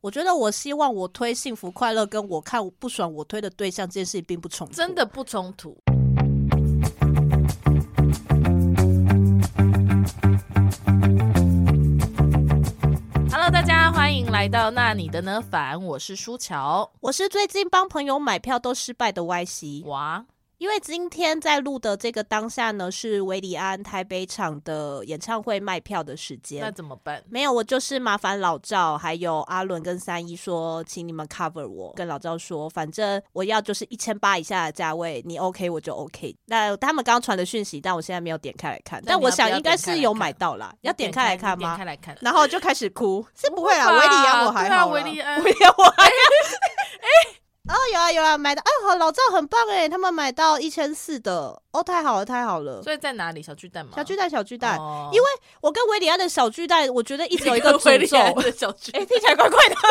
我觉得我希望我推幸福快乐，跟我看不爽我推的对象这件事情并不冲突。真的不冲突。Hello，大家欢迎来到那你的呢？凡，我是舒乔。我是最近帮朋友买票都失败的 Y C，哇，因为今天在录的这个当下呢，是维里安台北场的演唱会卖票的时那间。怎么办？没有，我就是麻烦老赵还有阿伦跟三一说，请你们 cover 我。跟老赵说，反正我要就是一千八以下的价位，你 OK 我就 OK。那他们刚刚传的讯息，但我现在没有点开来看，那但你我要不想要应该点开是来有看买到啦。要点点开来看点吗啊开？来看。然后就开始哭，是不会啦，吧维里安我还好啦，对啊维里安维里安我 还好。哎、哦，有啊有啊，买到啊，好老赵很棒哎，他们买到一千四的，哦，太好了太好了，所以在哪里？小巨蛋吗？小巨蛋小巨蛋，哦，因为我跟维里安的小巨蛋，我觉得一直有一个跟 维诅利咒安，的小巨哎、蛋，听起来怪怪的。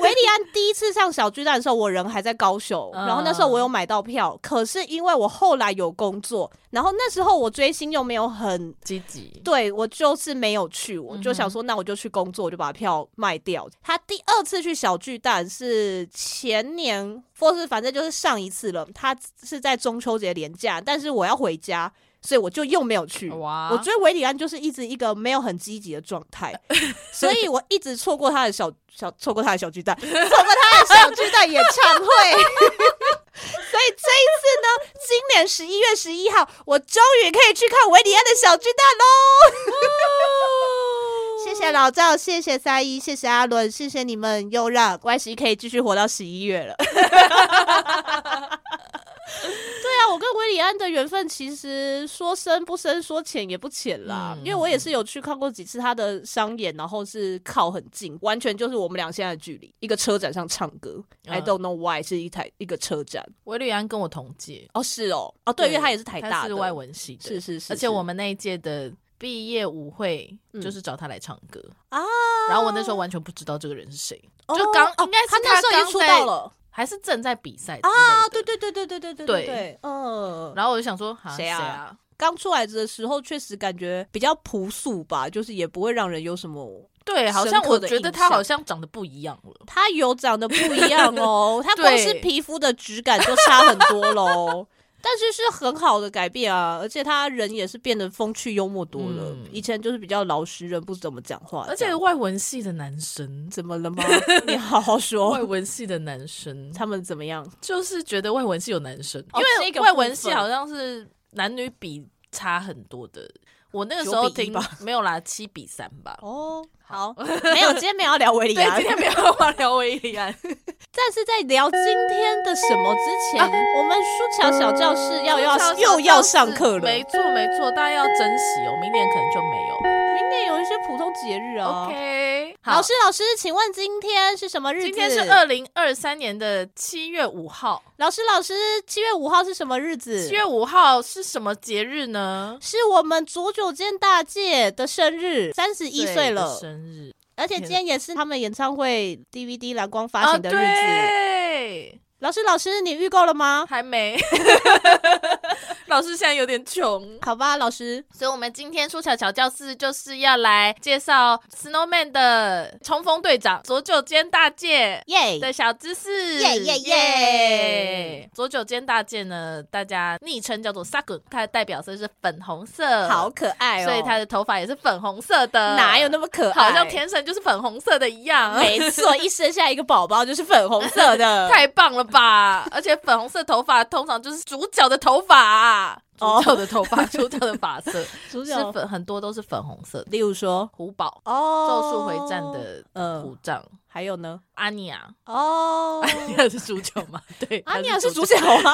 维里安第一次上小巨蛋的时候，我人还在高雄，嗯然后那时候我有买到票，可是因为我后来有工作，然后那时候我追星又没有很积极。对我就是没有去，我就嗯想哼说，那我就去工作，我就把票卖掉。他第二次去小巨蛋是前年，或是反正就是上一次了。他是在中秋节连假，但是我要回家，所以我就又没有去。哇，我觉得维里安就是一直一个没有很积极的状态，所以我一直错过他的小小错过他的小巨蛋，错过他的小巨蛋演唱会。 所以这一次呢，今年十一月十一号，我终于可以去看维里安的小巨蛋 喽！谢谢老赵，谢谢三一，谢谢阿伦，谢谢你们，又让 Y C 可以继续活到十一月了。 对啊，我跟维里安的缘分其实说深不深，说浅也不浅啦，嗯因为我也是有去看过几次他的商演，然后是靠很近，完全就是我们俩现在的距离，一个车展上唱歌、嗯 i don't know why 是一台一个车展。维利安跟我同届，哦，是哦，哦，对，因为他也是台大他是的，外文系的，是是是，而且我们们那一届的毕业舞会嗯就是找他来唱歌，啊，然后我那时候完全不知道这个人是谁，哦就刚哦应该是他那时候已经刚出在道了还是正在比赛之类啊，的对。对对对对对对对对，嗯，然后我就想说，哈谁谁啊啊？刚出来的时候确实感觉比较朴素吧，就是也不会让人有什么。对，好深像刻我的觉印得他好象哦像长得不一样了。他有长得不一样哦， 他光是对皮肤的质感就差很多 喽。但是是很好的改变啊，而且他人也是变得风趣幽默多了。嗯以前就是比较老实人，不怎么讲话这样。而且外文系的男生，怎么了 吗？你好好外说，文系的男生，他们怎么样？就是觉得外文系有男生，哦这因个为部外文系分好像是男女比差很多的。我那个时9候比一听吧没有啦，七比三吧。哦，好， 没有，今天没有要聊维里对，安今。天没有要聊维利安，但是在聊今天的什么之前，啊我们舒乔小教室要要小小又要上教室课了。没错没错，大家要珍惜哦，明年可能就没有了。明年有一些普通节日啊。 OK，好哦老师，老师，请问今天是什么日子？今天是二零二三年的七月五号，老师，老师，七月五号是什么日子？七月五号是什么节日呢？是我们左九间大介的生日，三十一对岁我的了，生日而且今天也是他们演唱会 DVD 蓝光发啊，行的日子。对，老师，老师，你预购了吗？还没。老师现在有点穷，好吧，老师，所以我们今天舒巧巧教室就是要来介绍 Snowman 的冲锋队长左九间大介。耶、的小知识，耶耶耶！左九间大介呢，大家昵称叫做 Sagun，它的代表色是粉红色，好可爱哦！所以他的头发也是粉红色的，哪有那么可爱？好像天生就是粉红色的一 样，没错，一生下一个宝宝就是粉红色 的。太棒了吧！而且粉红色头发通常就是主角的头发、哦主角的头 发，主角的发色主是粉，很多都是粉红色的。例如说虎宝，《哦咒术回战》的嗯虎杖，还有呢？阿 尼亚，哦，阿尼亚是主角吗？对，阿尼他亚是啊主角。角吗？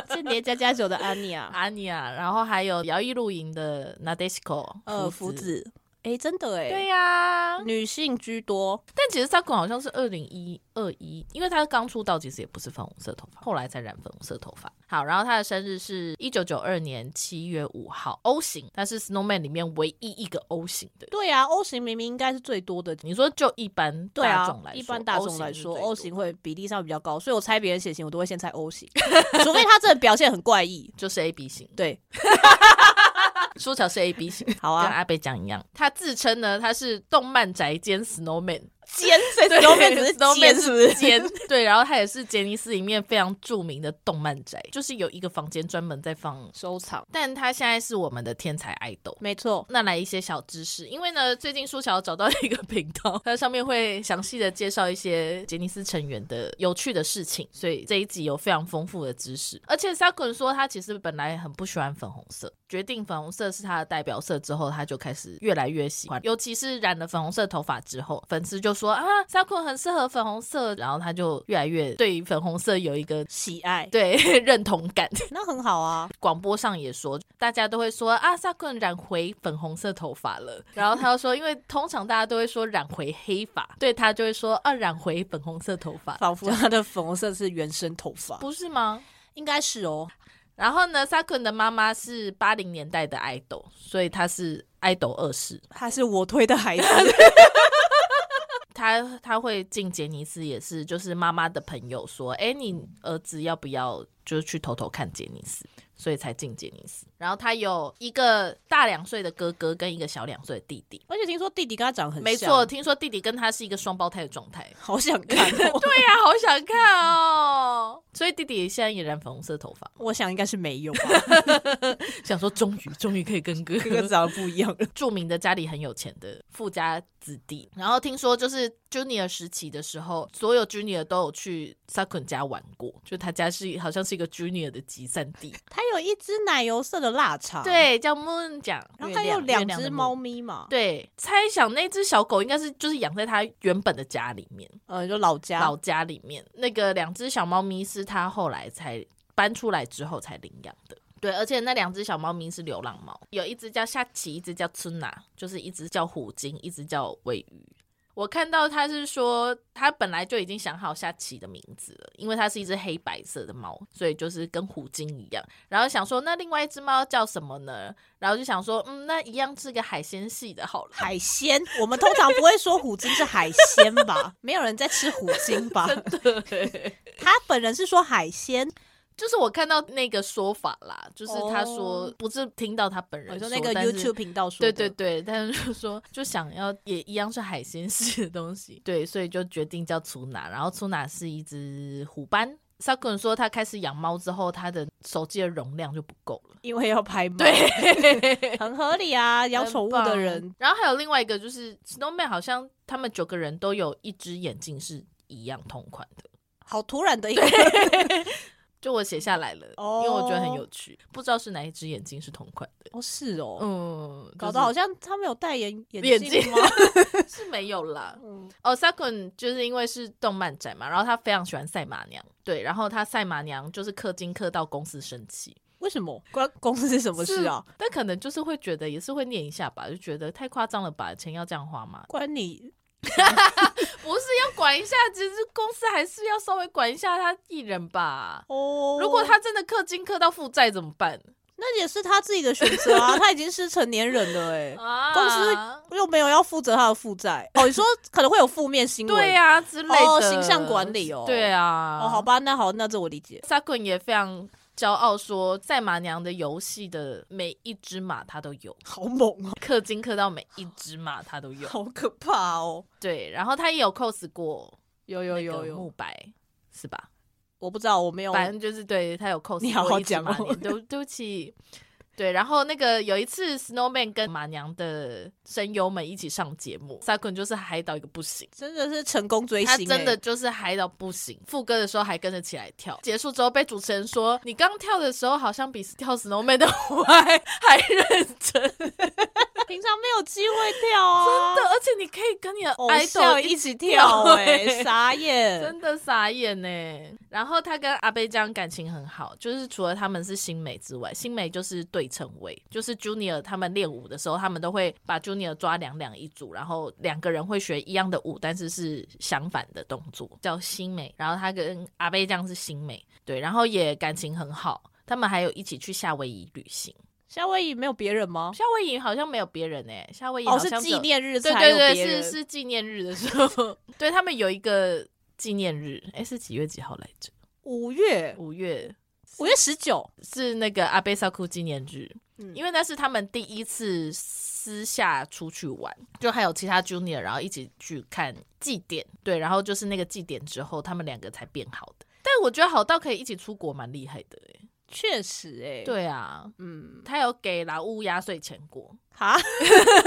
间谍加加酒的阿尼亚，阿尼亚，然后还有摇曳露营的 Nadeshiko，呃，福，子，哎，真的哎，对呀、女性居多，但其实 Sakun 好像是二零一二一，因为他刚出道，其实也不是粉红色头发，后来才染粉红色头发。好，然后他的生日是一九九二年七月五号，O 型，他是 Snowman 里面唯一一个 O 型的。对啊，O 型明明应该是最多的。你说就一般对大啊众来，说，一般大众来说，O 是最型多的会比例上比较高，所以我猜别人血型，我都会先猜 O 型， 除非他真的表现很怪异。就是 A B 型，对，舒乔是 A B 型，好跟啊， 阿贝讲一样。他自称呢，他是动漫宅兼 Snowman，尖，所以 Snowman 只是尖，是不 是？尖，对，然后它也是杰尼斯里面非常著名的动漫宅，就是有一个房间专门在放收藏，但它现在是我们的天才爱豆。没错，那来一些小知识，因为呢，最近舒乔找到一个频道， 它上面会详细的介绍一些杰尼斯成员的有趣的事情，所以这一集有非常丰富的知识。而且 Sakun 说，他其实本来很不喜欢粉红色，决定粉红色是他的代表色之后，他就开始越来越喜欢，尤其是染了粉红色头发之后，粉丝就说啊，Sakun 很适合粉红色，然后他就越来越对于粉红色有一个喜爱，对 认同感。那很好啊。广播上也说，大家都会说啊，萨克染回粉红色头发了。 然后他又说，因为通常大家都会说染回黑发，对他就会说啊，染回粉红色头 发，仿佛他啊的粉红色是原生头发，不是吗？应该是哦。然后呢，萨克的妈妈是八零年代的爱豆，所以她是爱豆二世。他是我推的孩子，他他会进杰尼斯也是，就是妈妈的朋友说，哎，你儿子要不要就是去偷偷看杰尼斯？所以才进杰尼斯。然后他有一个大两岁的哥哥跟一个小两岁的弟弟。 而且听说弟弟跟他长得很像，没错，，听说弟弟跟他是一个双胞胎的状态。好想看、 哦。对哎呀、好想看哦！所以弟弟现在也染粉红色头发，我想应该是没有吧，想说终于终于可以跟哥 哥哥哥长得不一样了。著名的家里很有钱的富家子弟。然后听说就是 Junior 时期的时候，所有 Junior 都有去 Sakun 家玩过，就他家是好像是一个 Junior 的集散地。 他有一只奶油色的腊肠，，对，叫 Moon 奖，然后他有两只猫。咪嘛，，对，猜想那只小狗应该是就是养在他原本的家里面。呃，就老家，老家里面，那个两只小猫咪是他后来才搬出来之后才领养的。对，而且那两只小猫咪是流浪猫，有一只叫夏奇，一只叫春娜，就是一只叫虎鲸，一只叫尾鱼。我看到他是说，他本来就已经想好夏奇的名字了，因为它是一只黑白色的猫，所以就是跟虎鲸一样。然后想说，那另外一只猫叫什么呢？然后就想说，嗯，那一样是个海鲜系的 好了。海鲜，我们通常不会说虎鲸是海鲜吧？没有人在吃虎鲸 吧？对。他本人是说海鲜，就是我看到那个说法啦，就是他说、哦不是听到他本人我说说哦那个但是 YouTube 频道说对的，对对，但是就说就想要也一样是海鲜系的东西，对，所以就决定叫粗拿，然后粗拿是一只虎斑。萨克说他开始养猫之后，他的手机的容量就不够了。因为要拍猫，对， 很合理啊，养宠物的很人棒。然后还有另外一个就是 Snowman，好像他们九个人都有一只眼镜是一样同款的。好突然的一个，就我写下来了，哦因为我觉得很有趣，不知道是哪一只眼镜是同款的。 哦是哦，嗯，搞得好像他们有代言眼眼镜镜吗？是没有啦。 嗯哦，Sakun 就是因为是动漫宅嘛，然后他非常喜欢赛马娘，对，然后他赛马娘就是氪金氪到公司生气，为什么？关公司是什么事啊？是？但可能就是会觉得也是会念一下吧，就觉得太夸张了吧，钱要这样花吗？关你不是要管一下，其实公司还是要稍微管一下他艺人吧。哦！如果他真的氪金氪到负债怎么办那也是他自己的选择 啊，他已经是成年人了 哎、啊？公司又没有要负责他的负债哦。你说可能会有负面新闻？对、呀、之类的、哦形象管理哦对啊，哦，好吧，那好，那这我理解。 Sakun 也非常骄傲说，赛马娘的游戏的每一只马他都有，好猛哦，氪金氪到每一只马他都 有。好可怕哦！对，然后他也有 cos 过有有那有个有木，白。是吧？我不知道，我没有。反正就是对他有 cos 你好好过一只讲哦马娘，对不对不起。对，然后那个有一次 Snowman 跟马娘的声优们一起上节目，Sakun 就是嗨到一个不行。真的是成功追星、他欸，真的就是嗨到不行，副歌的时候还跟着起来跳。结束之后被主持人说：“你刚跳的时候好像比跳 Snowman 的 舞还还认真，真平常没有机会跳啊，的，而且你可以跟你的偶 idol 像一哦一起跳哎、跳欸傻 眼。真的傻眼呢。”然后他跟阿贝江感情很好，就是除了他们是新美之外，新美就是对称位，就是 Junior 他们练舞的时候，他们都会把 Junior 抓两两一组，然后两个人会学一样的舞，但是是相反的动作，叫新美。然后他跟阿贝江是新美。对，然后也感情很好。他们还有一起去夏威夷旅行，夏威夷没有别人吗？夏威夷好像没有别人哎、夏威夷哦，好是像只纪有，念日对才有对别人。对，是是纪念日的时候， 对他们有一个纪念日，哎、是几月几号来着？五月五月五月十九，是那个阿贝萨库纪念日，嗯因为那是他们第一次私下出去玩，就还有其他 junior，然后一起去看祭典，对，然后就是那个祭典之后，他们两个才变好的。但我觉得好到可以一起出国，蛮厉害的哎、确实哎、，对啊，嗯，他有给老乌压岁钱过。哈，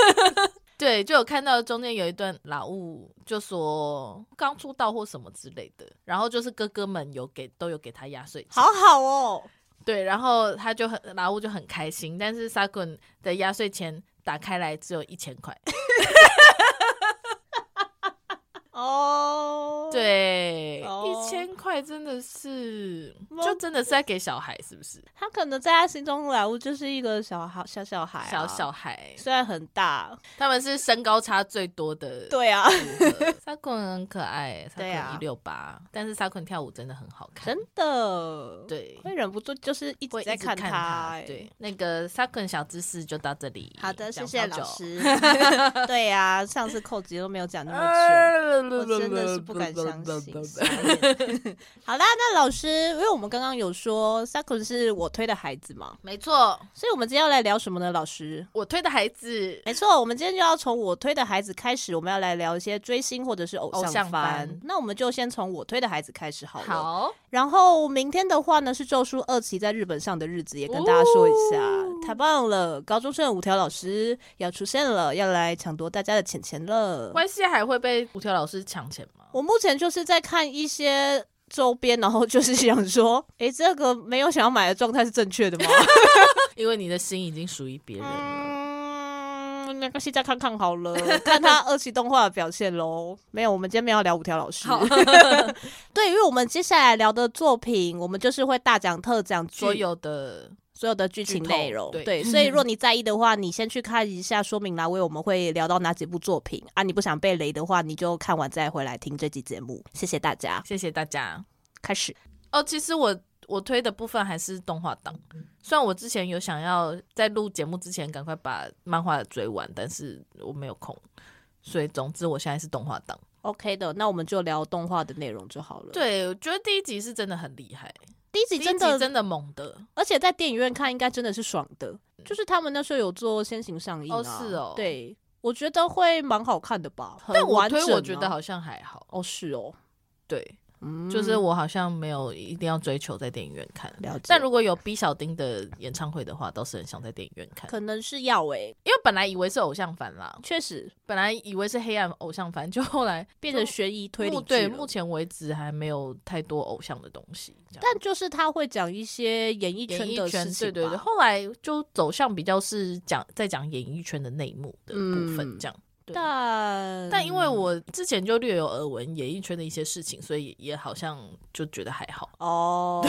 对，就有看到中间有一段老雾就说刚出道或什么之类的，然后就是哥哥们有给都有给他压岁好钱，好哦，对，然后他就很老雾就很开心，但是萨滚的压岁钱打开来只有一千块，哦，，对，哦一千块真的是猫就真的是在给小孩，是不是？他可能在他心中莱坞就是一个小孩，小小孩、啊小小，孩，虽然很大，他们是身高差最多的。对啊，萨滚很可爱，萨对啊滚一六八，但是萨滚跳舞真的很好看，真的，，对，会忍不住就是一会直在一直看他、哎，对，那个 s a k u n 小知识就到这里。好的，谢讲谢老超久。 师。对呀、上次扣子都没有讲那么久。我我真的哎是不敢相 信。傻眼 好啦，那老师，因为我们刚刚有说 Sakun 是我推的孩子嘛，没错，所以我们今天要来聊什么呢？老师，我推的孩子没错，我们今天就要从我推的孩子开始，我们要来聊一些追星或者是偶偶像番。番那我们就先从我推的孩子开始好了。好，然后明天的话呢是《咒术二期》在日本上的日子，也跟大家说一下，哦太棒了！高中生五条老师要出现了，要来抢夺大家的钱钱了。关系还会被五条老师抢钱吗？ 我目前就是在看一些周边，然后就是想说，诶，这个没有想要买的状态是正确的 吗？因为你的心已经属于别人了。嗯，没关系，再看看好 了，看他二期动画的表现喽。没有，我们今天没有要聊五条老师。好， 对，因为我们接下来聊的作品，我们就是会大讲特讲剧所有的所有的剧情剧透内容。对 所以如果你在意的话，你先去看一下说明栏位，我们会聊到哪几部作品啊。你不想被雷的话，你就看完再回来听这期节目。谢谢大家，谢谢大家。开始。哦，其实我我推的部分还是动画档，虽然我之前有想要在录节目之前赶快把漫画追完，但是我没有空，所以总之我现在是动画档。 OK 的，那我们就聊动画的内容就好了。，对，我觉得第一集是真的很厉害，第一第集一真集的，真的猛的，而且在电影院看应该真的是爽的，就是他们那时候有做先行上映、啊、哦是哦对，我觉得会蛮好看的吧。很但嗯我完整推啊我觉得好像还好，哦是哦，对，嗯，就是我好像没有一定要追求在电影院看。了解，但如果有 B 小丁的演唱会的话，倒是很想在电影院看，可能是要诶、因为本来以为是偶像番啦，确实本来以为是黑暗偶像番，就后来变成就悬疑推理目剧对，了目前为止还没有太多偶像的东西。这样但就是他会讲一些演艺演圈艺的圈事，情对吧，对对，后来就走向比较是讲在讲演艺圈的内幕的部分嗯这样。对但但因为我之前就略有耳闻演艺圈的一些事情，所以也好像就觉得还好。哦，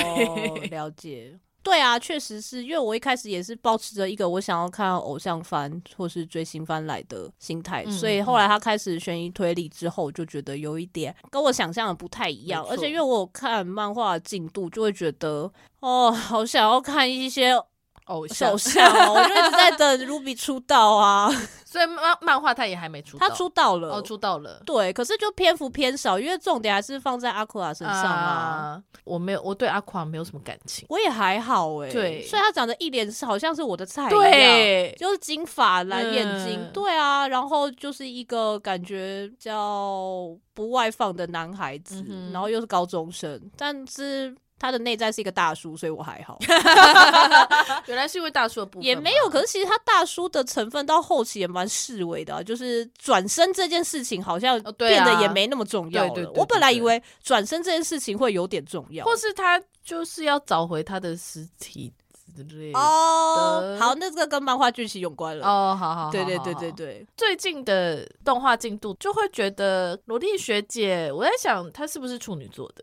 了解。对啊，确实是因为我一开始也是保持着一个我想要看偶像番或是追星番来的心态，嗯所以后来他开始悬疑推理之后，我就觉得有一点跟我想象的不太一样，没错而且因为我有看漫画的进度，就会觉得哦，好想要看一些偶偶 像哦，我就一直在等 Ruby 出道啊，所以漫漫画他也还没出道，他出道了，哦出道了对，可是就篇幅偏少，因为重点还是放在阿库拉身上啊。啊我没有，我对阿垮没有什么感情。我也还好哎、对所以他长得一脸是好像是我的菜一样，， 对，就是金发蓝眼睛，嗯对啊，然后就是一个感觉比较不外放的男孩子，嗯哼然后又是高中生，但是他的内在是一个大叔，所以我还好，原来是因为大叔的部 分也没有。吗可是其实他大叔的成分到后期也蛮示威的啊、就是转身这件事情好像哦对变啊得也没那么重要了。对对对对我本来以为转身这件事情会有点重要，或是他就是要找回他的尸体之类的。哦的，好，那这个跟漫画剧情有关了。哦，好好好，对对对好对好对，最近的动画进度，就会觉得萝莉学姐，我在想她是不是处女座的。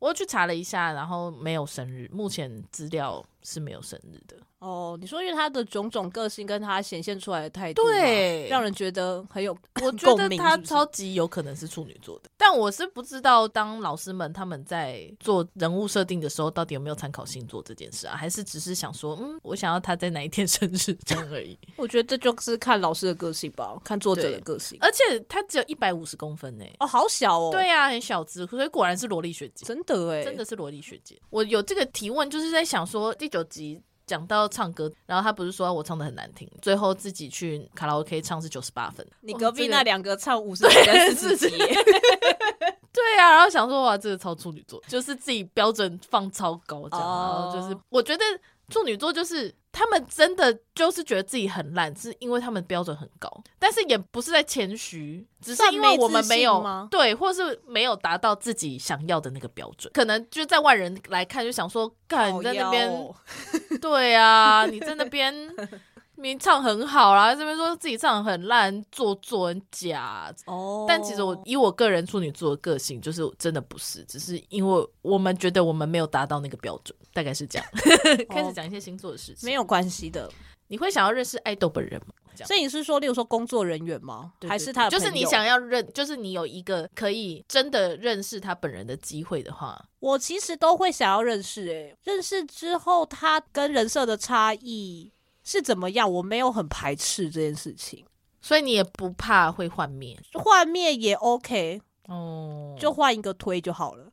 我又去查了一下，然后没有生日，目前资料是没有生日的。哦，你说因为他的种种个性跟他显现出来的态度嘛，对让人觉得很有我觉得共鸣他是不是超级有可能是处女座的，但我是不知道当老师们他们在做人物设定的时候，到底有没有参考星座这件事啊？还是只是想说，嗯，我想要他在哪一天 生日这样而 已。我觉得这就是看老师的个性吧，看作者对的个性。而且他只有一百五十公分呢、哦，好小哦，对，啊呀、很小只，所以果然是萝莉学姐，真的哎，真的是萝莉学姐。我有这个提问，就是在想说第九集。讲到唱歌，然后他不是说我唱的很难听，最后自己去卡拉 OK 唱是九十八分。你哇隔哦这壁个那两个唱五十几跟四十几，对啊，然后想说哇，这个超处女座，就是自己标准放超高这样哦然后就是我觉得处女座就是他们真的就是觉得自己很烂，是因为他们标准很高，但是也不是在谦虚，只是因为我算没们没自信有吗对，或是没有达到自己想要的那个标准，可能就在外人来看就想说，干你在那边好妖哦 对啊，你在那边明明唱很好啊啦，这边说自己唱得很烂，做作很假，哦，但其实我以我个人处女座的个性，就是真的不是，只是因为我们觉得我们没有达到那个标准，大概是 这样。开始讲一些星座的事情。没有关系的。你会想要认识爱豆本人吗？这样。所以你是说，例如说工作人员吗？对还对是对他的就是朋你友想要认，就是你有一个可以真的认识他本人的机会的话，我其实都会想要认识、欸，认识之后他跟人设的差异是怎么样，我没有很排斥这件事情，所以你也不怕会幻灭幻灭也 OK，哦。就换一个推就好了。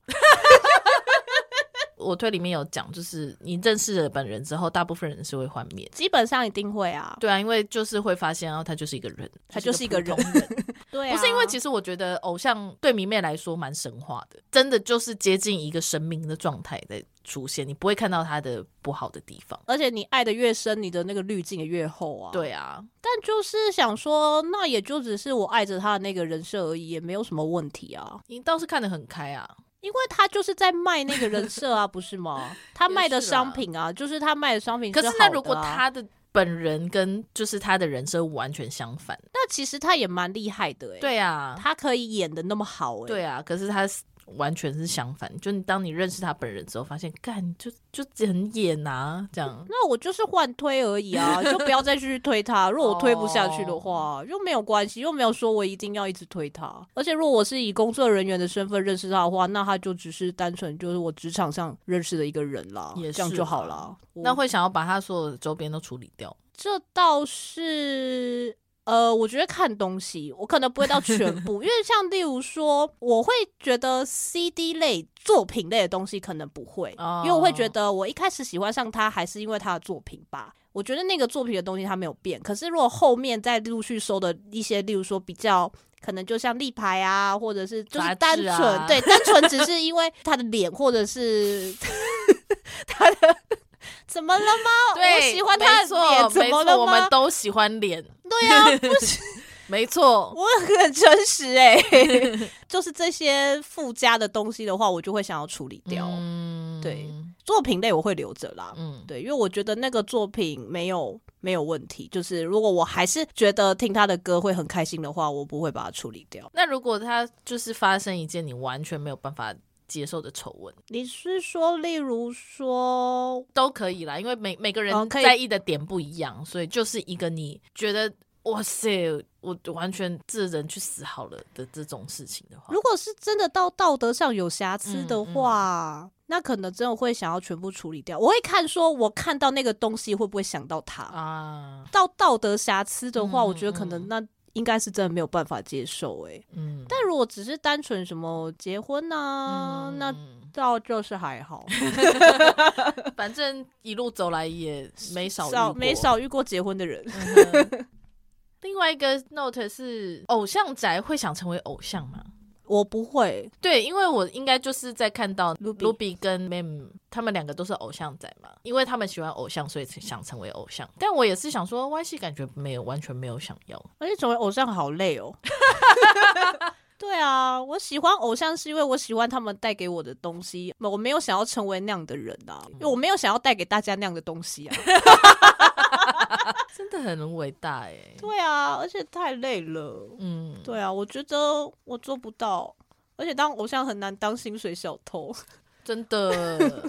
我推里面有讲，就是你认识了本人之后，大部分人是会幻灭的。基本上一定会啊，对啊，因为就是会发现，然哦后他就是一个人，他就是一个人普通人。对啊不是因为实其实我觉得偶像对迷妹来说蛮神话的，真的就是接近一个神明的状态在出现，你不会看到他的不好的地方。而且你爱的越深，你的那个滤镜也越厚啊。，对啊，但就是想说，那也就只是我爱着他的那个人设而已，也没有什么问题啊。你倒是看得很开啊。因为他就是在卖那个人设啊，不是吗？他卖的也是啦商品啊，就是他卖的商品可是是那好的如果啊他的本人跟就是他的人生完全相反，那其实他也蛮厉害的哎、对啊，他可以演的那么好哎、对啊，可是他是完全是相反。就你当你认识他本人之后，发现干就就很野啊，这样。那我就是换推而已啊，就不要再继续推他。如果我推不下去哦的话，又没有关系，又没有说我一定要一直推他。而且如果我是以工作人员的身份认识他的话，那他就只是单纯就是我职场上认识的一个人啦，也是这样就好啦啦。 我哦那会想要把他所有的周边都处理掉，这倒是。呃，我觉得看东西，我可能不会到 全部，因为像例如说，我会觉得 CD 类作品类的东西可能不会，哦因为我会觉得我一开始喜欢上他还是因为他的作品吧。我觉得那个作品的东西它没有变，可是如果后面再陆续收的一些，例如说比较可能就像立牌啊，或者是就是杂单志纯、啊对单纯只是因为他的脸或者是 他的怎么了吗？对，我喜欢他没的脸，错，怎没么错了我吗们？都喜欢脸，对啊， 没错。我很诚实哎、 就是这些附加的东西的话，我就会想要处理掉。嗯对作品类我会留着啦，嗯，对，因为我觉得那个作品没有没有问题。就是如果我还是觉得听他的歌会很开心的话，我不会把它处理掉。那如果他就是发生一件你完全没有办法接受的丑闻，你是说，例如说，都可以啦，因为每每个哦人可以在意的点不一样，所以就是一个你觉得哇塞，我完全这人去死好了的这种事情的话如，果是真的到道德上有瑕疵的嗯嗯话，那可能真的会想要全部处理掉。我会看，说我看到那个东西会不会想到他。啊，到道德瑕疵的话，嗯我觉得可能嗯那应该是真的没有办法接受哎、嗯，但如果只是单纯什么结婚啊，嗯那倒就是还好， 反正一路走来也 没少遇少过没少遇过结婚的人。 嗯哼另外一个 note 是偶像宅会想成为偶像吗？我不会，对，因为我应该就是在看到 Ruby Ruby 跟 Mem 他们两个都是偶像仔嘛，因为他们喜欢偶像，所以想成为偶像。但我也是想说，Y 系感觉没有完全没有想要，而且成为偶像好累哦。 对啊，我喜欢偶像是因为我喜欢他们带给我的东西，我没有想要成为那样的人啊，因为我没有想要带给大家那样的东西啊。 真的很伟大哎、对啊，而且太累了。嗯， 对啊，我觉得我做不到，而且当偶像很难当薪水小偷。真的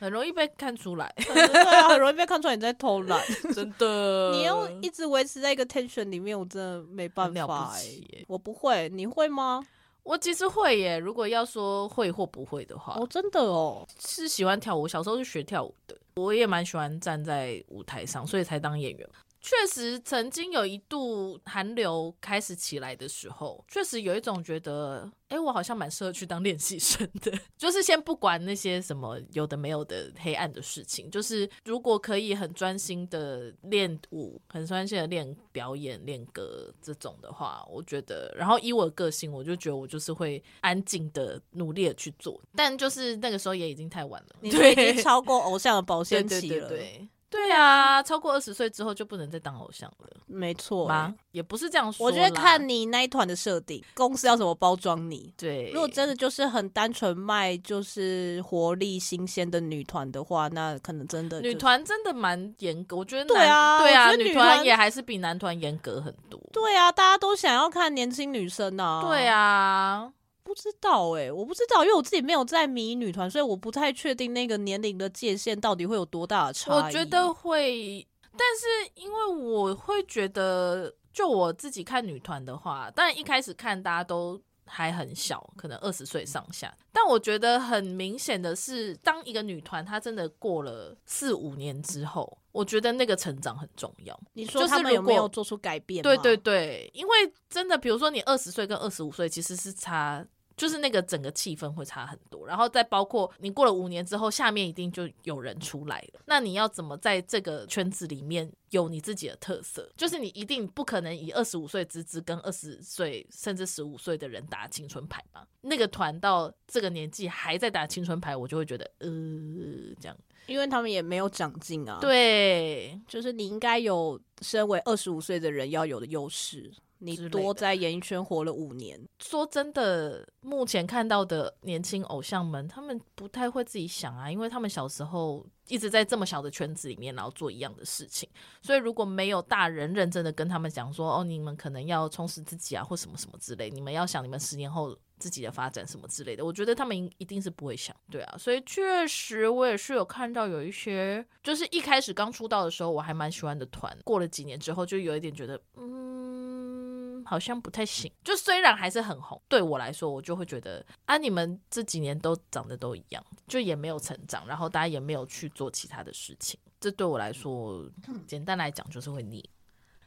很容易被看出来，对啊，很容易被看出来你在偷懒。真 的。你要一直维持在一个 tension 里面，我真的没办很了法、不欸。起耶我不会，你会吗？我其实会耶，如果要说会或不会的话，哦，真的哦，是喜欢跳舞，小时候是学跳舞的，我也蛮喜欢站在舞台上，所以才当演员。确实，曾经有一度韩流开始起来的时候，确实有一种觉得，哎、我好像蛮适合去当练习生的。就是先不管那些什么有的没有的黑暗的事情，就是如果可以很专心的练舞，很专心的练表演、练歌这种的话，我觉得，然后以我的个性，我就觉得我就是会安静的、努力的去做。但就是那个时候也已经太晚了，你对已 经超过偶像的保对鲜对期对了，对。对啊，超过二十岁之后就不能再当偶像了。没错、欸吗？也不是这样说我啦。觉得看你那一团的设定，公司要怎么包装你。对，如果真的就是很单纯卖就是活力新鲜的女团的话，那可能真的就女团真的蛮严格，我觉得对男啊对啊，我觉得女女团也还是比男团严格很多。对啊，大家都想要看年轻女生啊。对，啊，不知道哎、我不知道，因为我自己没有在迷女团，所以我不太确定那个年龄的界限到底会有多大的差异。我觉得会，但是因为我会觉得，就我自己看女团的话，当然一开始看大家都。还很小，可能二十岁上下。但我觉得很明显的是，当一个女团她真的过了四五年之后，我觉得那个成长很重要。你就说是他们如有没果有做出改变吗？对对对，因为真的，比如说你二十岁跟二十五岁其实是差，就是那个整个气氛会差很多。然后再包括你过了五年之后，下面一定就有人出来了，那你要怎么在这个圈子里面有你自己的特色？就是你一定不可能以二十五岁之姿跟二十岁甚至十五岁的人打青春牌嘛。那个团到这个年纪还在打青春牌，我就会觉得呃，这样因为他们也没有长进啊。，对。就是你应该有身为二十五岁的人要有的优势，你之类的多在演艺圈活了五年，说真的，目前看到的年轻偶像们，他们不太会自己想啊，因为他们小时候一直在这么小的圈子里面，然后做一样的事情，所以如果没有大人认真的跟他们讲说，哦，你们可能要充实自己啊，或什么什么之类，你们要想你们十年后自己的发展什么之类的，我觉得他们一定是不会想，对啊，所以确实我也是有看到有一些，就是一开始刚出道的时候我还蛮喜欢的团，过了几年之后就有一点觉得，嗯，好像不太行。就虽然还是很红，对我来说我就会觉得啊，你们这几年都长得都一样，就也没有成长，然后大家也没有去做其他的事情，这对我来说，简单来讲就是会腻。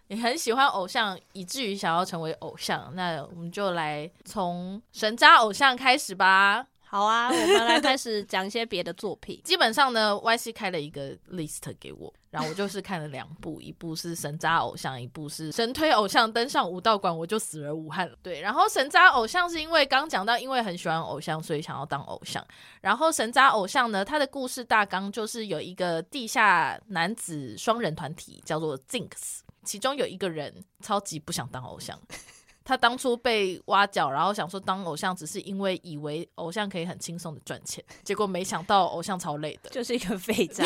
你很喜欢偶像，以至于想要成为偶像，那我们就来从神渣偶像开始吧。。好啊，我们来开始讲一些别的作品 基本上呢，YC 开了一个 list 给我，然后我就是看了两部，一部是神渣偶像，一部是神推偶像登上武道馆，我就死而无憾了。对，然后神渣偶像是因为刚讲到，因为很喜欢偶像，所以想要当偶像。然后神渣偶像呢，他的故事大纲就是有一个地下男子双人团体叫做 Jinx，其中有一个人超级不想当偶像。他当初被挖角，然后想说当偶像，只是因为以为偶像可以很轻松的赚钱，结果没想到偶像超累的。就是一个废渣，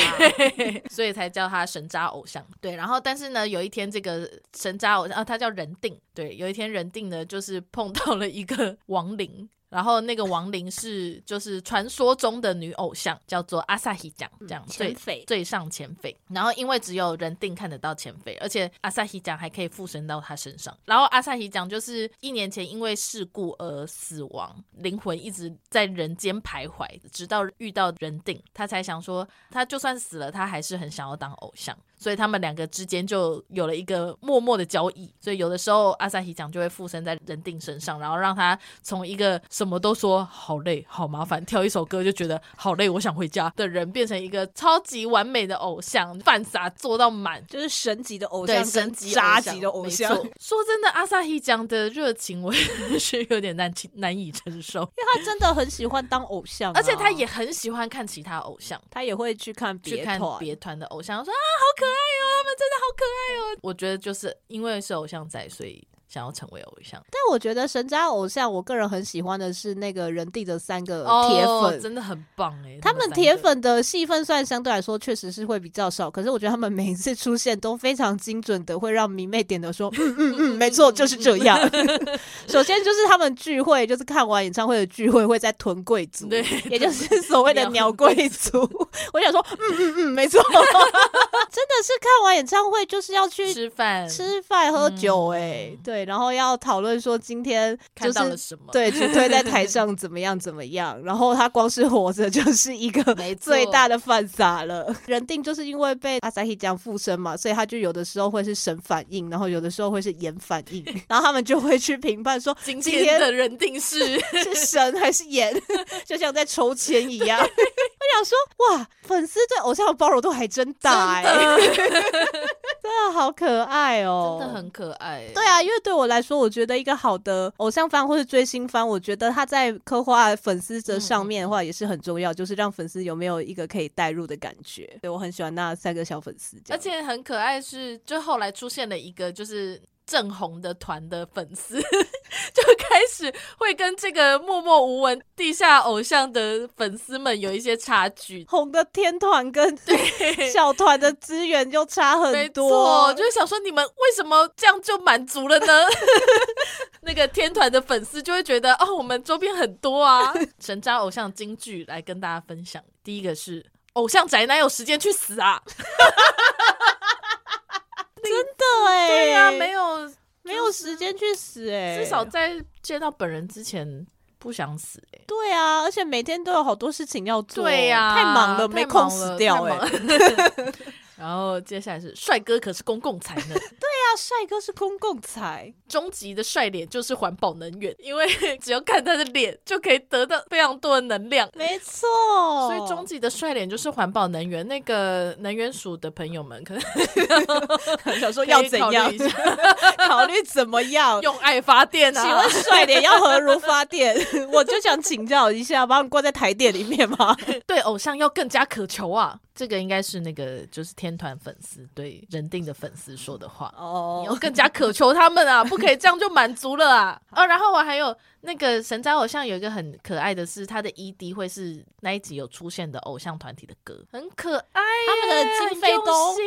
所以才叫他神渣偶像。对，然后但是呢，有一天这个神渣偶像啊，他叫人定。对，有一天人定呢，就是碰到了一个 亡灵。然后那个亡灵是就是传说中的女偶像，叫做阿萨希酱，这样所以嗯前匪。最上前匪，然后因为只有人定看得到前匪，而且阿萨希酱还可以附身到他身上。然后阿萨希酱就是一年前因为事故而死亡，灵魂一直在人间徘徊，直到遇到人定，他才想说，他就算死了，他还是很想要当偶像。所以他们两个之间就有了一个默默的交易，所以有的时候阿萨希酱就会附身在人定身上，然后让他从一个什么都说好累、好麻烦，跳一首歌就觉得好累，我想回家的人，变成一个超级完美的偶像，犯傻做到满。就是神级的偶对，像神跟级渣级的偶没像，错说真的，阿萨希酱的热情我也是有点难 难以承 受，因为他真的很喜欢当偶像啊、而且他也很喜欢看其他偶像。他也会去看去别看团，别团的偶像，说啊，好可爱哦，他们真的好可爱哦。我觉得就是因为是偶像仔，所以想要成为偶像。但我觉得神家偶像，我个人很喜欢的是那个人地的三个铁哦，粉。真的很棒哎！他们们铁三个粉的戏份虽然相对来说确实是会比较少，可是我觉得他们每一次出现都非常精准的，会让迷妹点的 说，嗯嗯嗯，没错，就是这样。首先就是他们聚会，就是看完演唱会的聚会会在囤贵族，对，也就是所谓的鸟贵族。 我想说，嗯嗯嗯，没错，真 的是看完演唱会就是要去 吃饭吃饭喝酒、欸，嗯对，然后要讨论说今天就看到了是什么？对主推在 台上怎么样怎么样，然后他光是活着就是一个没错 最大的犯傻了。 人定就是因为被阿萨希酱附身嘛，所以他就有的时候会是神反应，然后有的时候会是眼反 应，然后他们就会去评判说今今天天的人定是是神还是眼， 就像在抽签一 样。我想说，哇，粉丝对偶像的包容度还真大哎、 真的好可爱哦、 真的很可爱欸。对啊，因为对我来说，我觉得一个好的偶像番或是追星番，我觉得他在刻画粉丝的嗯上面的话也是很重要，就是让粉丝有没有一个可以代入的感觉。对我很喜欢那三个小粉丝这而样，且很可爱是，就后来出现了一个就是正红的团的粉丝， 就开始会跟这个默默无闻地下偶像的粉丝们有一些 差距。红的天团跟 小团的资源就差没很错，多，就是想说你们为什么这样就满足了 呢？那个天团的粉丝就会觉得哦，我们周边很多啊。神渣偶像金句来跟大家分享，第一个是偶像宅男有时间去死啊？真的哎、对啊，没有没有时间去死哎、至少在见到本人之前不想死、欸。对啊，而且每天都有好多事情要做，对呀、啊太忙了，没空忙死了掉太哎、忙了 然后接下来是帅哥，可是公共财呢？那啊帅哥是公共财，终极的帅脸就是环保能源， 因为只要看他的脸就可以得到非常多的能量。没错。哦所以终极的帅脸就是环保能源。那个 能源署的朋友们可能 想说可以要怎考虑样一，下 考虑怎么样？用爱发电请啊问？帅脸要何如发电？ 我就想请教一下，把你挂在台电里面 吗？ 对偶像要更加渴求啊！这个应该是那个就是天团粉丝对人定的粉丝说的话。你要哦，更加渴求他们 啊，不可以这样就满足了啊！哦，然后我还有那个神渣偶像有一个很可爱的是，他的 ED 会是那一集有出现的偶像团体的歌，很可爱耶，他们的经费很用都心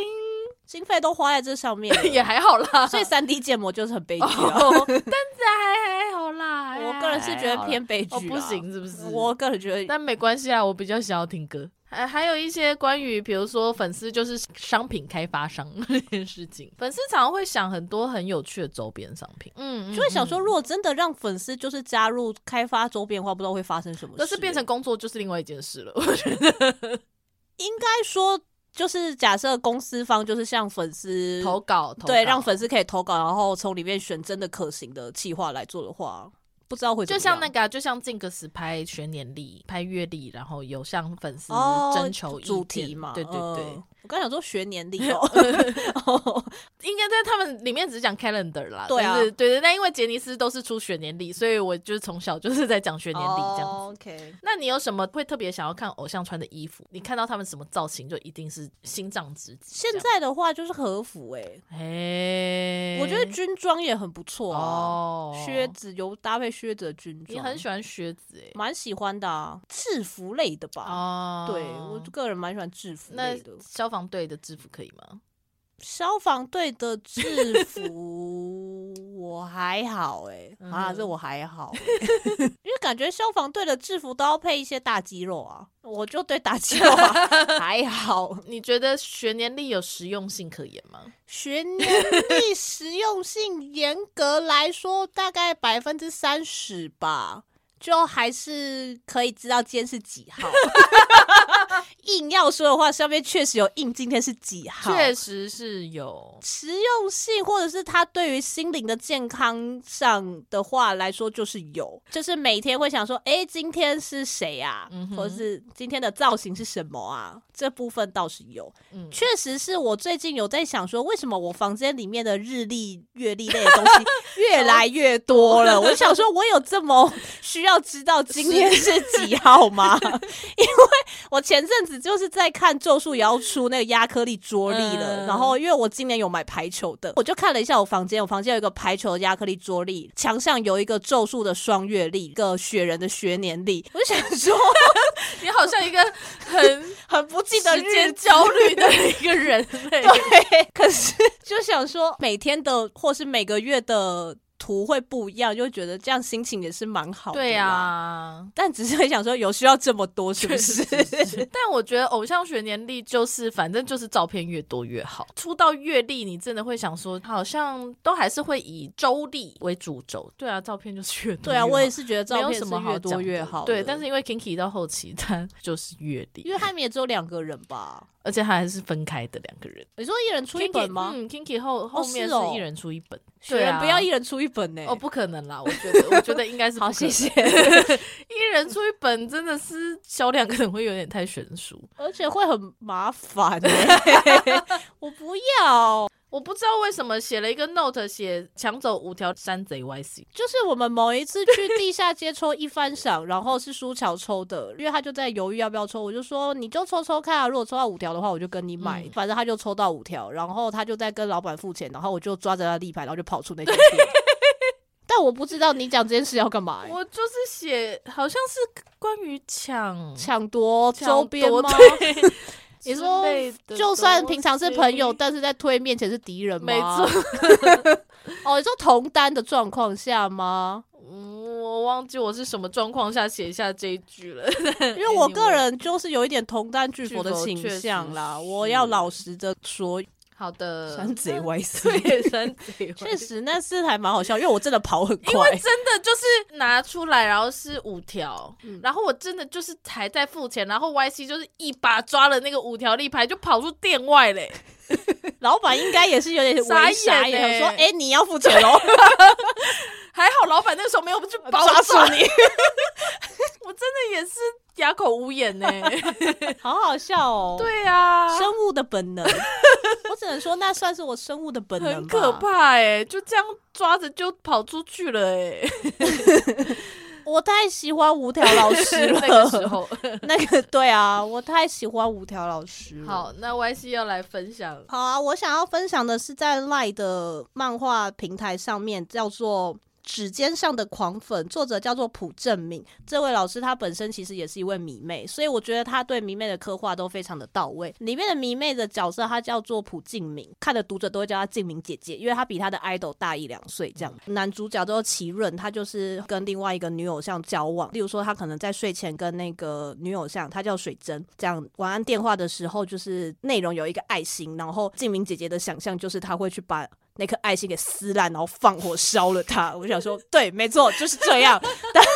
经费都花在这上 面了，也还好啦，所以三 D 建模就是很悲剧啊。哦， 但是还还哎好啦，我个人是觉得偏悲剧哦啊，不行是不是？我个人觉得但没关系啊，我比较想要听歌。还还有一些关于，比如说粉丝就是商品开发商这件事情，粉丝常常会想很多很有趣的周边商品，嗯，就会想说，如果真的让粉丝就是加入开发周边的话，不知道会发生什么事。可是变成工作就是另外一件事了。应该说，就是假设公司方就是向粉丝投稿，投对，稿让粉丝可以投稿，然后从里面选真的可行的企划来做的话，不知道会怎就么像那样个啊、就像进个时拍学年历、拍月历，然后有向粉丝哦征求意主见题嘛，对对嗯对，我刚想说学年历 哦，应该在他们里面只讲 calendar 啦，对啊但是对对，但因为杰尼斯都是出学年历，所以我就是从小就是在讲学年历这样哦子。 OK，那你有什么会特别想要看偶像穿的衣服？你看到他们什么造型，就一定是心脏直击这现样。在的话就是和服哎、哎，我觉得军装也很不错啊，哦，靴子有搭配靴子的军装，你很喜欢靴子哎、蛮喜欢的啊，制服类的吧。哦，对我个人蛮喜欢制服那类的，消防队的制服可以吗？消防队的制服我还好哎、啊，嗯这我还好欸、 因为感觉消防队的制服都要配一些大肌肉啊，我就对大肌肉、啊、还好。你觉得学年历有实用性可言吗？学年历实用性严格来说大概百分之三十吧，就还是可以知道今天是几号。 硬要说的话，上面确实有印今天是几号，确实是有，实用性，或者是他对于心灵的健康上的话来说，就是有，就是每天会想说，诶，今天是谁啊？嗯哼或者是今天的造型是什么啊？这部分倒是有，嗯，确实是我最近有在想说，为什么我房间里面的日历、月历类的东西 越来越多了？我就想说，我有 这么需要知道今天是几号吗？因为我前阵子子就是在看《咒术》也要出那个亚克力桌历了，嗯然后因为我今年有买排球的，我就看了一下我房间，我房间有一个排球的亚克力桌历，墙上有一个《咒术》的双月历，一个雪人的学年历， 我就想说 你好像一个很很不记得时日间子焦虑的一个人欸类。对，可是就想说每天的或是每个月的图会不一样，就会觉得这样心情也是蛮好的。对，啊，但只是很想说，有需要这么多是不是？但我觉得偶像学年历就是，反正就是照片越多越好。出道阅历，你真的会想说，好像都还是会以周历为主轴。对啊，照片就是越多 对啊，越我也好是觉得照没有片什是么好越多讲越的好的。对，但是因为 Kinky 到后期，他就是阅历因，为他们也只有两个人吧？而且他还是分开的两个人。你说一人出一本吗？嗯，Kinky 后后面是哦是一人出一本，雪对人啊，不要一人出一本呢、哦，不可能啦！我觉得，我觉得应该是不好，可谢能谢。一人出一本真的是销量可能会有点太悬殊， 而且会很麻烦、 欸，我不要。我不知道为什么写了一个 note 写抢走五条山贼 YC，就是我们某一次去地下街抽一番赏，然后是舒乔抽的，因为他就在犹豫要不要抽，我就说你就抽抽看啊，如果抽到五条的话，我就跟你买。嗯反正他就抽到五条，然后他就在跟老板付钱，然后我就抓着他的立牌，然后就跑出那间店。 但我不知道你讲这件事要干嘛、欸，我就是写好像是关于抢抢夺抢周边夺吗？ 对你之说类的就算平常是朋友，东西但是在推面前是敌人吗？没错，哦，你说同单的状况下 吗？嗯，我忘记我是什么状况下写下这一句了，因为我个人就是有一点同单巨佛的形象啦，巨佛确实是我要老实的说，好的，山贼 歪死。 对山贼 YC，确实，那是还蛮好笑，因为我真的跑很因快为。真的就是拿出来，然后是五条，然后我真的就是还在付钱，然后 YC 就是一把抓了那个五条立牌，就跑出店外嘞，老板应该也是有点微 傻傻眼眼，欸想说：“哎、你要付钱 喽，还好老板那时候没有去包抓住你 我真的也是哑口无言呢。！”好好笑哦。，对啊，生物的本能，我只能说那算是我生物的本能，很可。怕哎、就这样抓着就跑出去了哎、我太喜欢五条老师了， 那个时候，那个对啊，我太喜欢五条老师了。好，那 YC 要来分享，好啊，我想要分享的是在 Lie 的漫画平台上面叫做。指尖上的狂粉，作者叫做朴正敏。这位老师他本身其实也是一位迷妹，所以我觉得他对迷妹的刻画都非常的到位。里面的迷妹的角色，她叫做朴静敏，看的读者都会叫她静敏姐姐，因为她比她的 idol 大一两岁这样。男主角叫做齐润，他就是跟另外一个女偶像交往，例如说他可能在睡前跟那个女偶像，她叫水珍，这样晚安电话的时候，就是内容有一个爱心，然后静敏姐姐的想象就是她会去把。那颗爱心给撕烂，然后放火烧了它。我想说， 对，没错，就是这样。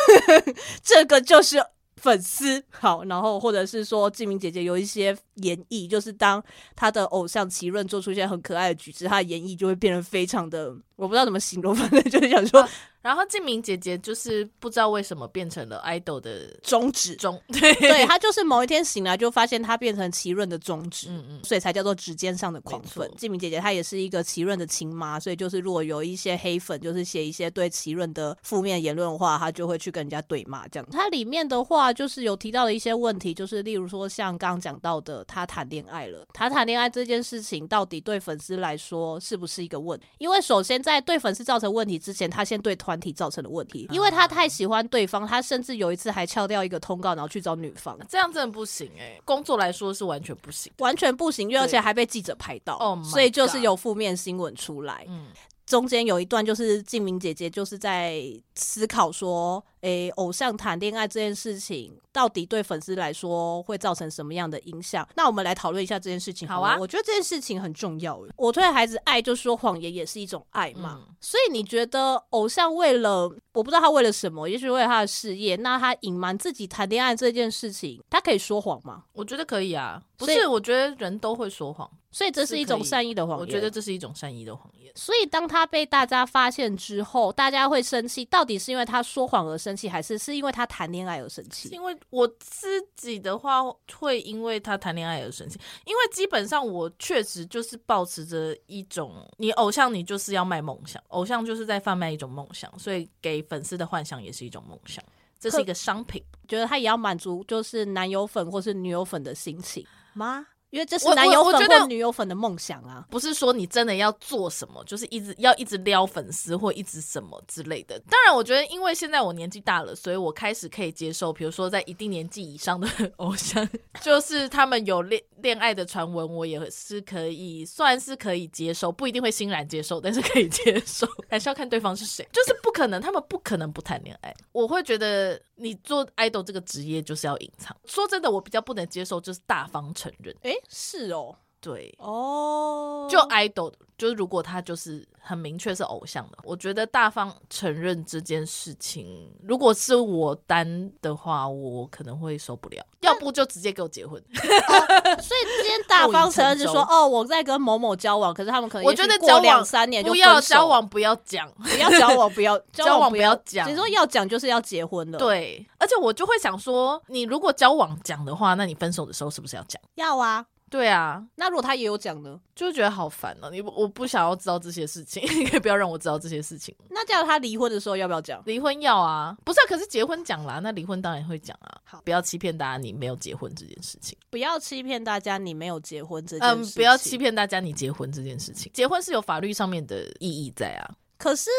这个就是粉丝好，然后或者是说志明姐姐有一些演绎，就是当她的偶像奇润做出一些很可爱的举止，她的演绎就会变得非常的，我不知道怎么形容，反正就是想说然后静明姐姐就是不知道为什么变成了 idol 的终止。中，对， 对她就是某一天醒来就发现她变成奇润的宗旨，嗯嗯，所以才叫做指尖上的狂粉没。错志明姐姐她也是一个奇润的亲妈，所以就是如果有一些黑粉，就是写一些对奇润的负面言论的话，她就会去跟人家对骂这样。它里面的话就是有提到的一些问题，就是例如说像刚刚讲到的，她谈恋爱了，她谈恋爱这件事情到底对粉丝来说是不是一个问题？因为首先在对粉丝造成问题之前，她先对团体造成了问题，因为她太喜欢对方，她甚至有一次还翘掉一个通告，然后去找女方。这样真的不行哎、工作来说是完全不行。完全不行，因为对而且还被记者拍到 Oh my 所以就是有负面新闻出来。嗯，中间有一段就是静明姐姐就是在思考说，诶、偶像谈恋爱这件事情到底对粉丝来说会造成什么样的影响？那我们来讨论一下这件事情好了好啊我觉得这件事情很重要。我对孩子爱，就说谎言也是一种爱嘛。嗯所以你觉得偶像为了我不知道他为了什么，也许为了他的事业，那他隐瞒自己谈恋爱这件事情，他可以说谎吗？我觉得可以啊。不所以是，我觉得人都会说谎，所以这是一是种可以善意的谎言。我觉得这是一种善意的谎言。所以，当他被大家发现之后，大家会生气，到底是因为他说谎而生气，还是是因为他谈恋爱而生是气？因为我自己的话，会因为他谈恋爱而生气，因为基本上我确实就是保持着一种，你偶像你就是要卖梦想，偶像就是在贩卖一种梦想，所以给粉丝的幻想也是一种梦想。这是一个商品。觉得他也要满足就是男友粉或是女友粉的心情吗？因为这是我男友我我粉觉得或女友粉的梦想啊。不是说你真的要做什么，就是一直要一直撩粉丝或一直什么之类的。当然，我觉得因为现在我年纪大了，所以我开始可以接受，比如说在一定年纪以上的偶像， 就是他们有恋恋爱的传闻，我也是可以算是可以接受，不一定会欣然接受，但是可以接受，还是要看对方是谁。 就是不可能，他们不可能不谈恋爱。我会觉得你做 idol 这个职业就是要隐藏。说真的，我比较不能接受就是大方承认，诶，是哦，对。哦，就呃 idol，就是如果他就是很明确是偶像的，我觉得大方承认这件事情，如果是我单的话，我可能会受不了，要不就直接给我结婚。所以今天大方承认就说，哦，我在跟某某交往，可是他们可能我觉得呃也许交过往两三年就不要分手交，往，不要讲，不要 交往，不要交往不不要要讲你说要讲就是要结婚了，，对。而且我就会想说，你如果交往讲的话，那你分手的时候是不是要讲？要啊。对啊。那如果他也有讲呢？就觉得好烦哦、你我不想要知道这些事情， 你可以不要让我知道这些事情。那叫他离婚的时候要不要讲？离婚要啊，不是、啊？可是结婚讲啦，那离婚当然会讲啊。好不要欺骗大家，你没有结婚这件事情。不要欺骗大家，你没有结婚这件事嗯，情。不要欺骗大家，你结婚这件事情，结婚是有法律上面的意义在啊。可是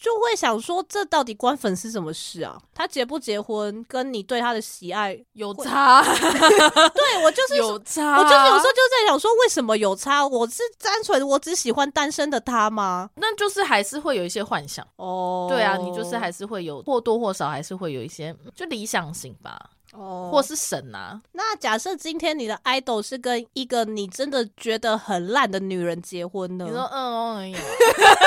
就会想说，这到底关粉丝什么事啊？他结不结婚，跟你对他的喜爱，有 差，对我就是。有差，我就是有时候就在想说，为什么有差？我是单纯我只喜欢单身的他吗？那就是还是会有一些幻想，哦，对啊，你就是还是会有或多或少还是会有一些嗯就理想型吧，哦，或是神啊，那假设今天你的 idol 是跟一个你真的觉得很烂的女人结婚呢？你说嗯嗯有，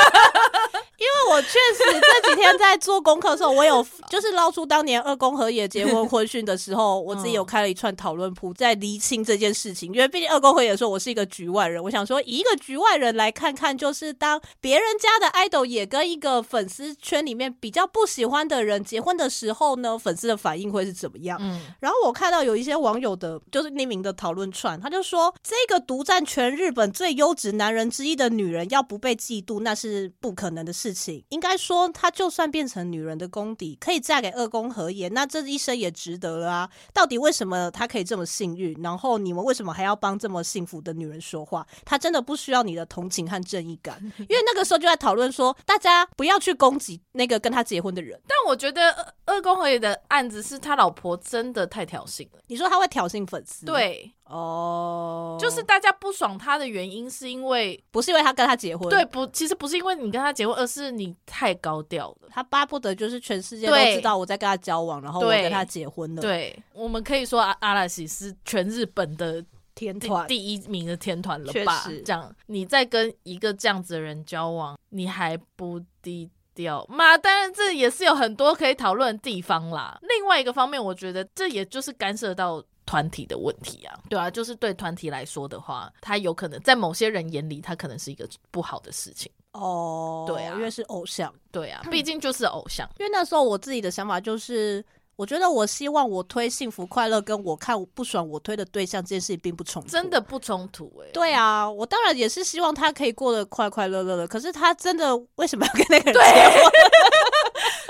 因为我确实这几天在做功课的时候，我有就是捞出当年二宫和也结婚婚讯的时候，我自己有开了一串讨论铺，在厘清这件事情。因为毕竟二宫和也说我是一个局外人，我想说以一个局外人来看看，就是当别人家的 idol 也跟一个粉丝圈里面比较不喜欢的人结婚的时候呢，粉丝的反应会是怎么样？嗯，然后我看到有一些网友的，就是匿名的讨论串，他就说这个独占全日本最优质男人之一的女人，要不被嫉妒那是不可能的事情。应该说，她就算变成女人的公敌，可以嫁给二宫和也，那这一生也值得了啊。到底为什么她可以这么幸运？然后你们为什么还要帮这么幸福的女人说话？她真的不需要你的同情和正义感， 因为那个时候就在讨论说，大家不要去攻击那个跟她结婚的人。但我觉得二二宫和也的案子是他老婆真的太挑衅了，你说她会挑衅粉丝？，对，哦，就是大家不爽他的原因是因为不是因为他跟他结婚，对，不，其实不是因为你跟他结婚，而是你太高调了。他巴不得就是全世界都对知道我在跟他交往，然后我对跟他结婚了，，对，我们可以说阿阿拉西是全日本的天第团。第一名的天团了确吧实？这样，你在跟一个这样子的人交往，你还不低调？妈，当然这也是有很多可以讨论的地方啦。另外一个方面，我觉得这也就是干涉到。团体的问题啊，对啊，就是对团体来说的话，他有可能在某些人眼里，他可能是一个不好的事情。哦，对啊因为是偶像。对啊，毕竟就是偶像。因为那时候我自己的想法就是，我觉得我希望我推幸福快乐，跟我看不爽我推的对象这件事情并不冲突。真的不冲突哎、对啊，我当然也是希望他可以过得快快乐乐的。可是他真的为什么要跟那个人结婚？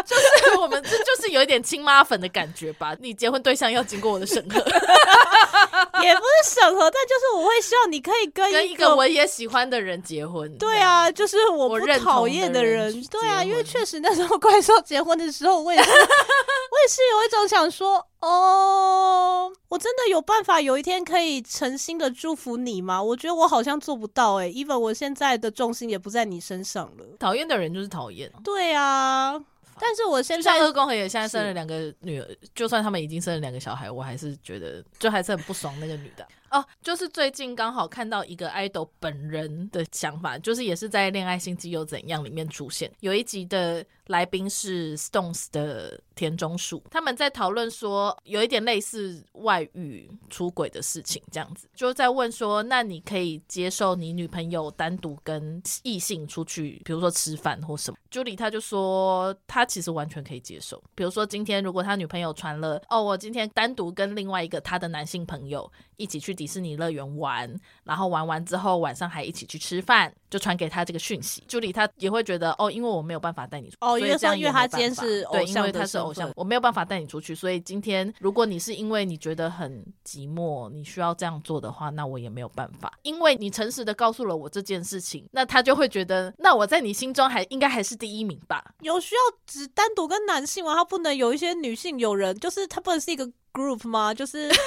就是我们这就是有一点亲妈粉的感觉 吧。你结婚对象要经过我的审 核，也不是审核，但就是我会希望你可以跟跟一个我也喜欢的人结婚。对，啊，就是我我不认讨同厌的的人人去，对啊，结因为婚确实那时候 怪兽结婚的时候，我 也是，我也是有一种想说，哦，我真的有办法有一天可以诚心的祝福你吗？我觉得我好像做不到哎、e v e n 我现在的重心也不在你身上了。讨厌的人就是讨厌。对啊，但是我现就像在二宫和也现在生了是两个女儿，就算他们已经生了两个小孩，我还是觉得就还是很不爽那个女的。哦，就是最近刚好看到一个 idol 本人的想法，就是也是在《恋爱心机又怎样》里面出现，有一集的来宾是 Stones 的田中树，他们在讨论说有一点类似外遇、出轨的事情，这样子就在问说，那你可以接受你女朋友单独跟异性出去，比如说吃饭或什么？Julie 他就说他其实完全可以接受，比如说今天如果他女朋友传了哦，我今天单独跟另外一个他的男性朋友一起去迪迪士尼乐园玩，然后玩完之后晚上还一起去吃饭，就传给他这个讯息。朱莉她也会觉得哦，因为我没有办法带你出去，哦所以因为这样说也因为他没办今天法是偶对，因像为的他是身偶像份，我没有办法带你出去，所以今天如果你是因为你觉得很寂寞，你需要这样做的话，那我也没有办法，因为你诚实的告诉了我这件事情，那他就会觉得，那我在你心中还应该还是第一名吧。有需要只单独跟男性吗？他不能有一些女性友人，就是他不能是一个 group 吗？就是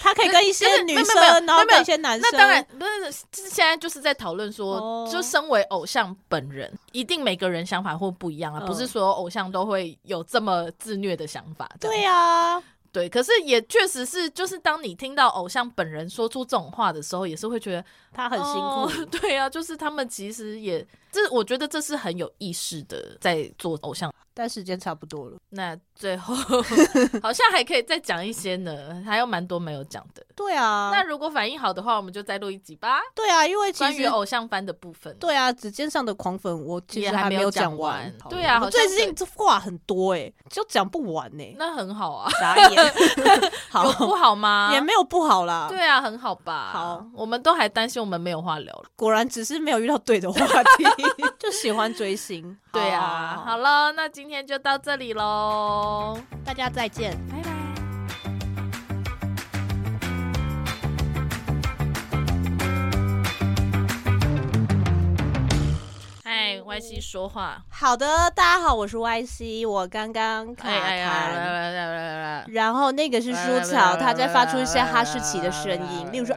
他可以跟一些就是女没有没有没有生，然后没有没有跟一些男生。那当然，不是就是现在就是在讨论说，哦就身为偶像本人，一定每个人想法会不一样啊，嗯不是所有偶像都会有这么自虐的想法。这样对啊，对，可是也确实是，就是当你听到偶像本人说出这种话的时候，也是会觉得他很辛苦。哦 对啊，就是他们其实也这，我觉得这是很有意识的在做偶像。但时间差不多了。那最后 好像还可以再讲一些呢，还有蛮多没有讲的。对啊，那如果反应好的话，我们就再录一集吧。对啊，因为其关于实偶像番的部分，对啊，指尖上的狂粉，我其也实还还没没有有讲讲完完。对啊我好像最是近这话很多哎、就讲不完呢、那很好啊，傻眼，有好，不好吗？也没有不好啦。对啊，很好吧。好，我们都还担心我们没有话聊了。果然只是没有遇到对的话题，就喜欢追星。对啊，好了，那今天就到这里喽，大家再见。拜拜。嗨歪西说话。好的，大家好，我是 YC，我刚刚卡哎哎呀，来痰，来来来来来，然后那个是舒草，它在发出一些哈士奇的声音，例如说。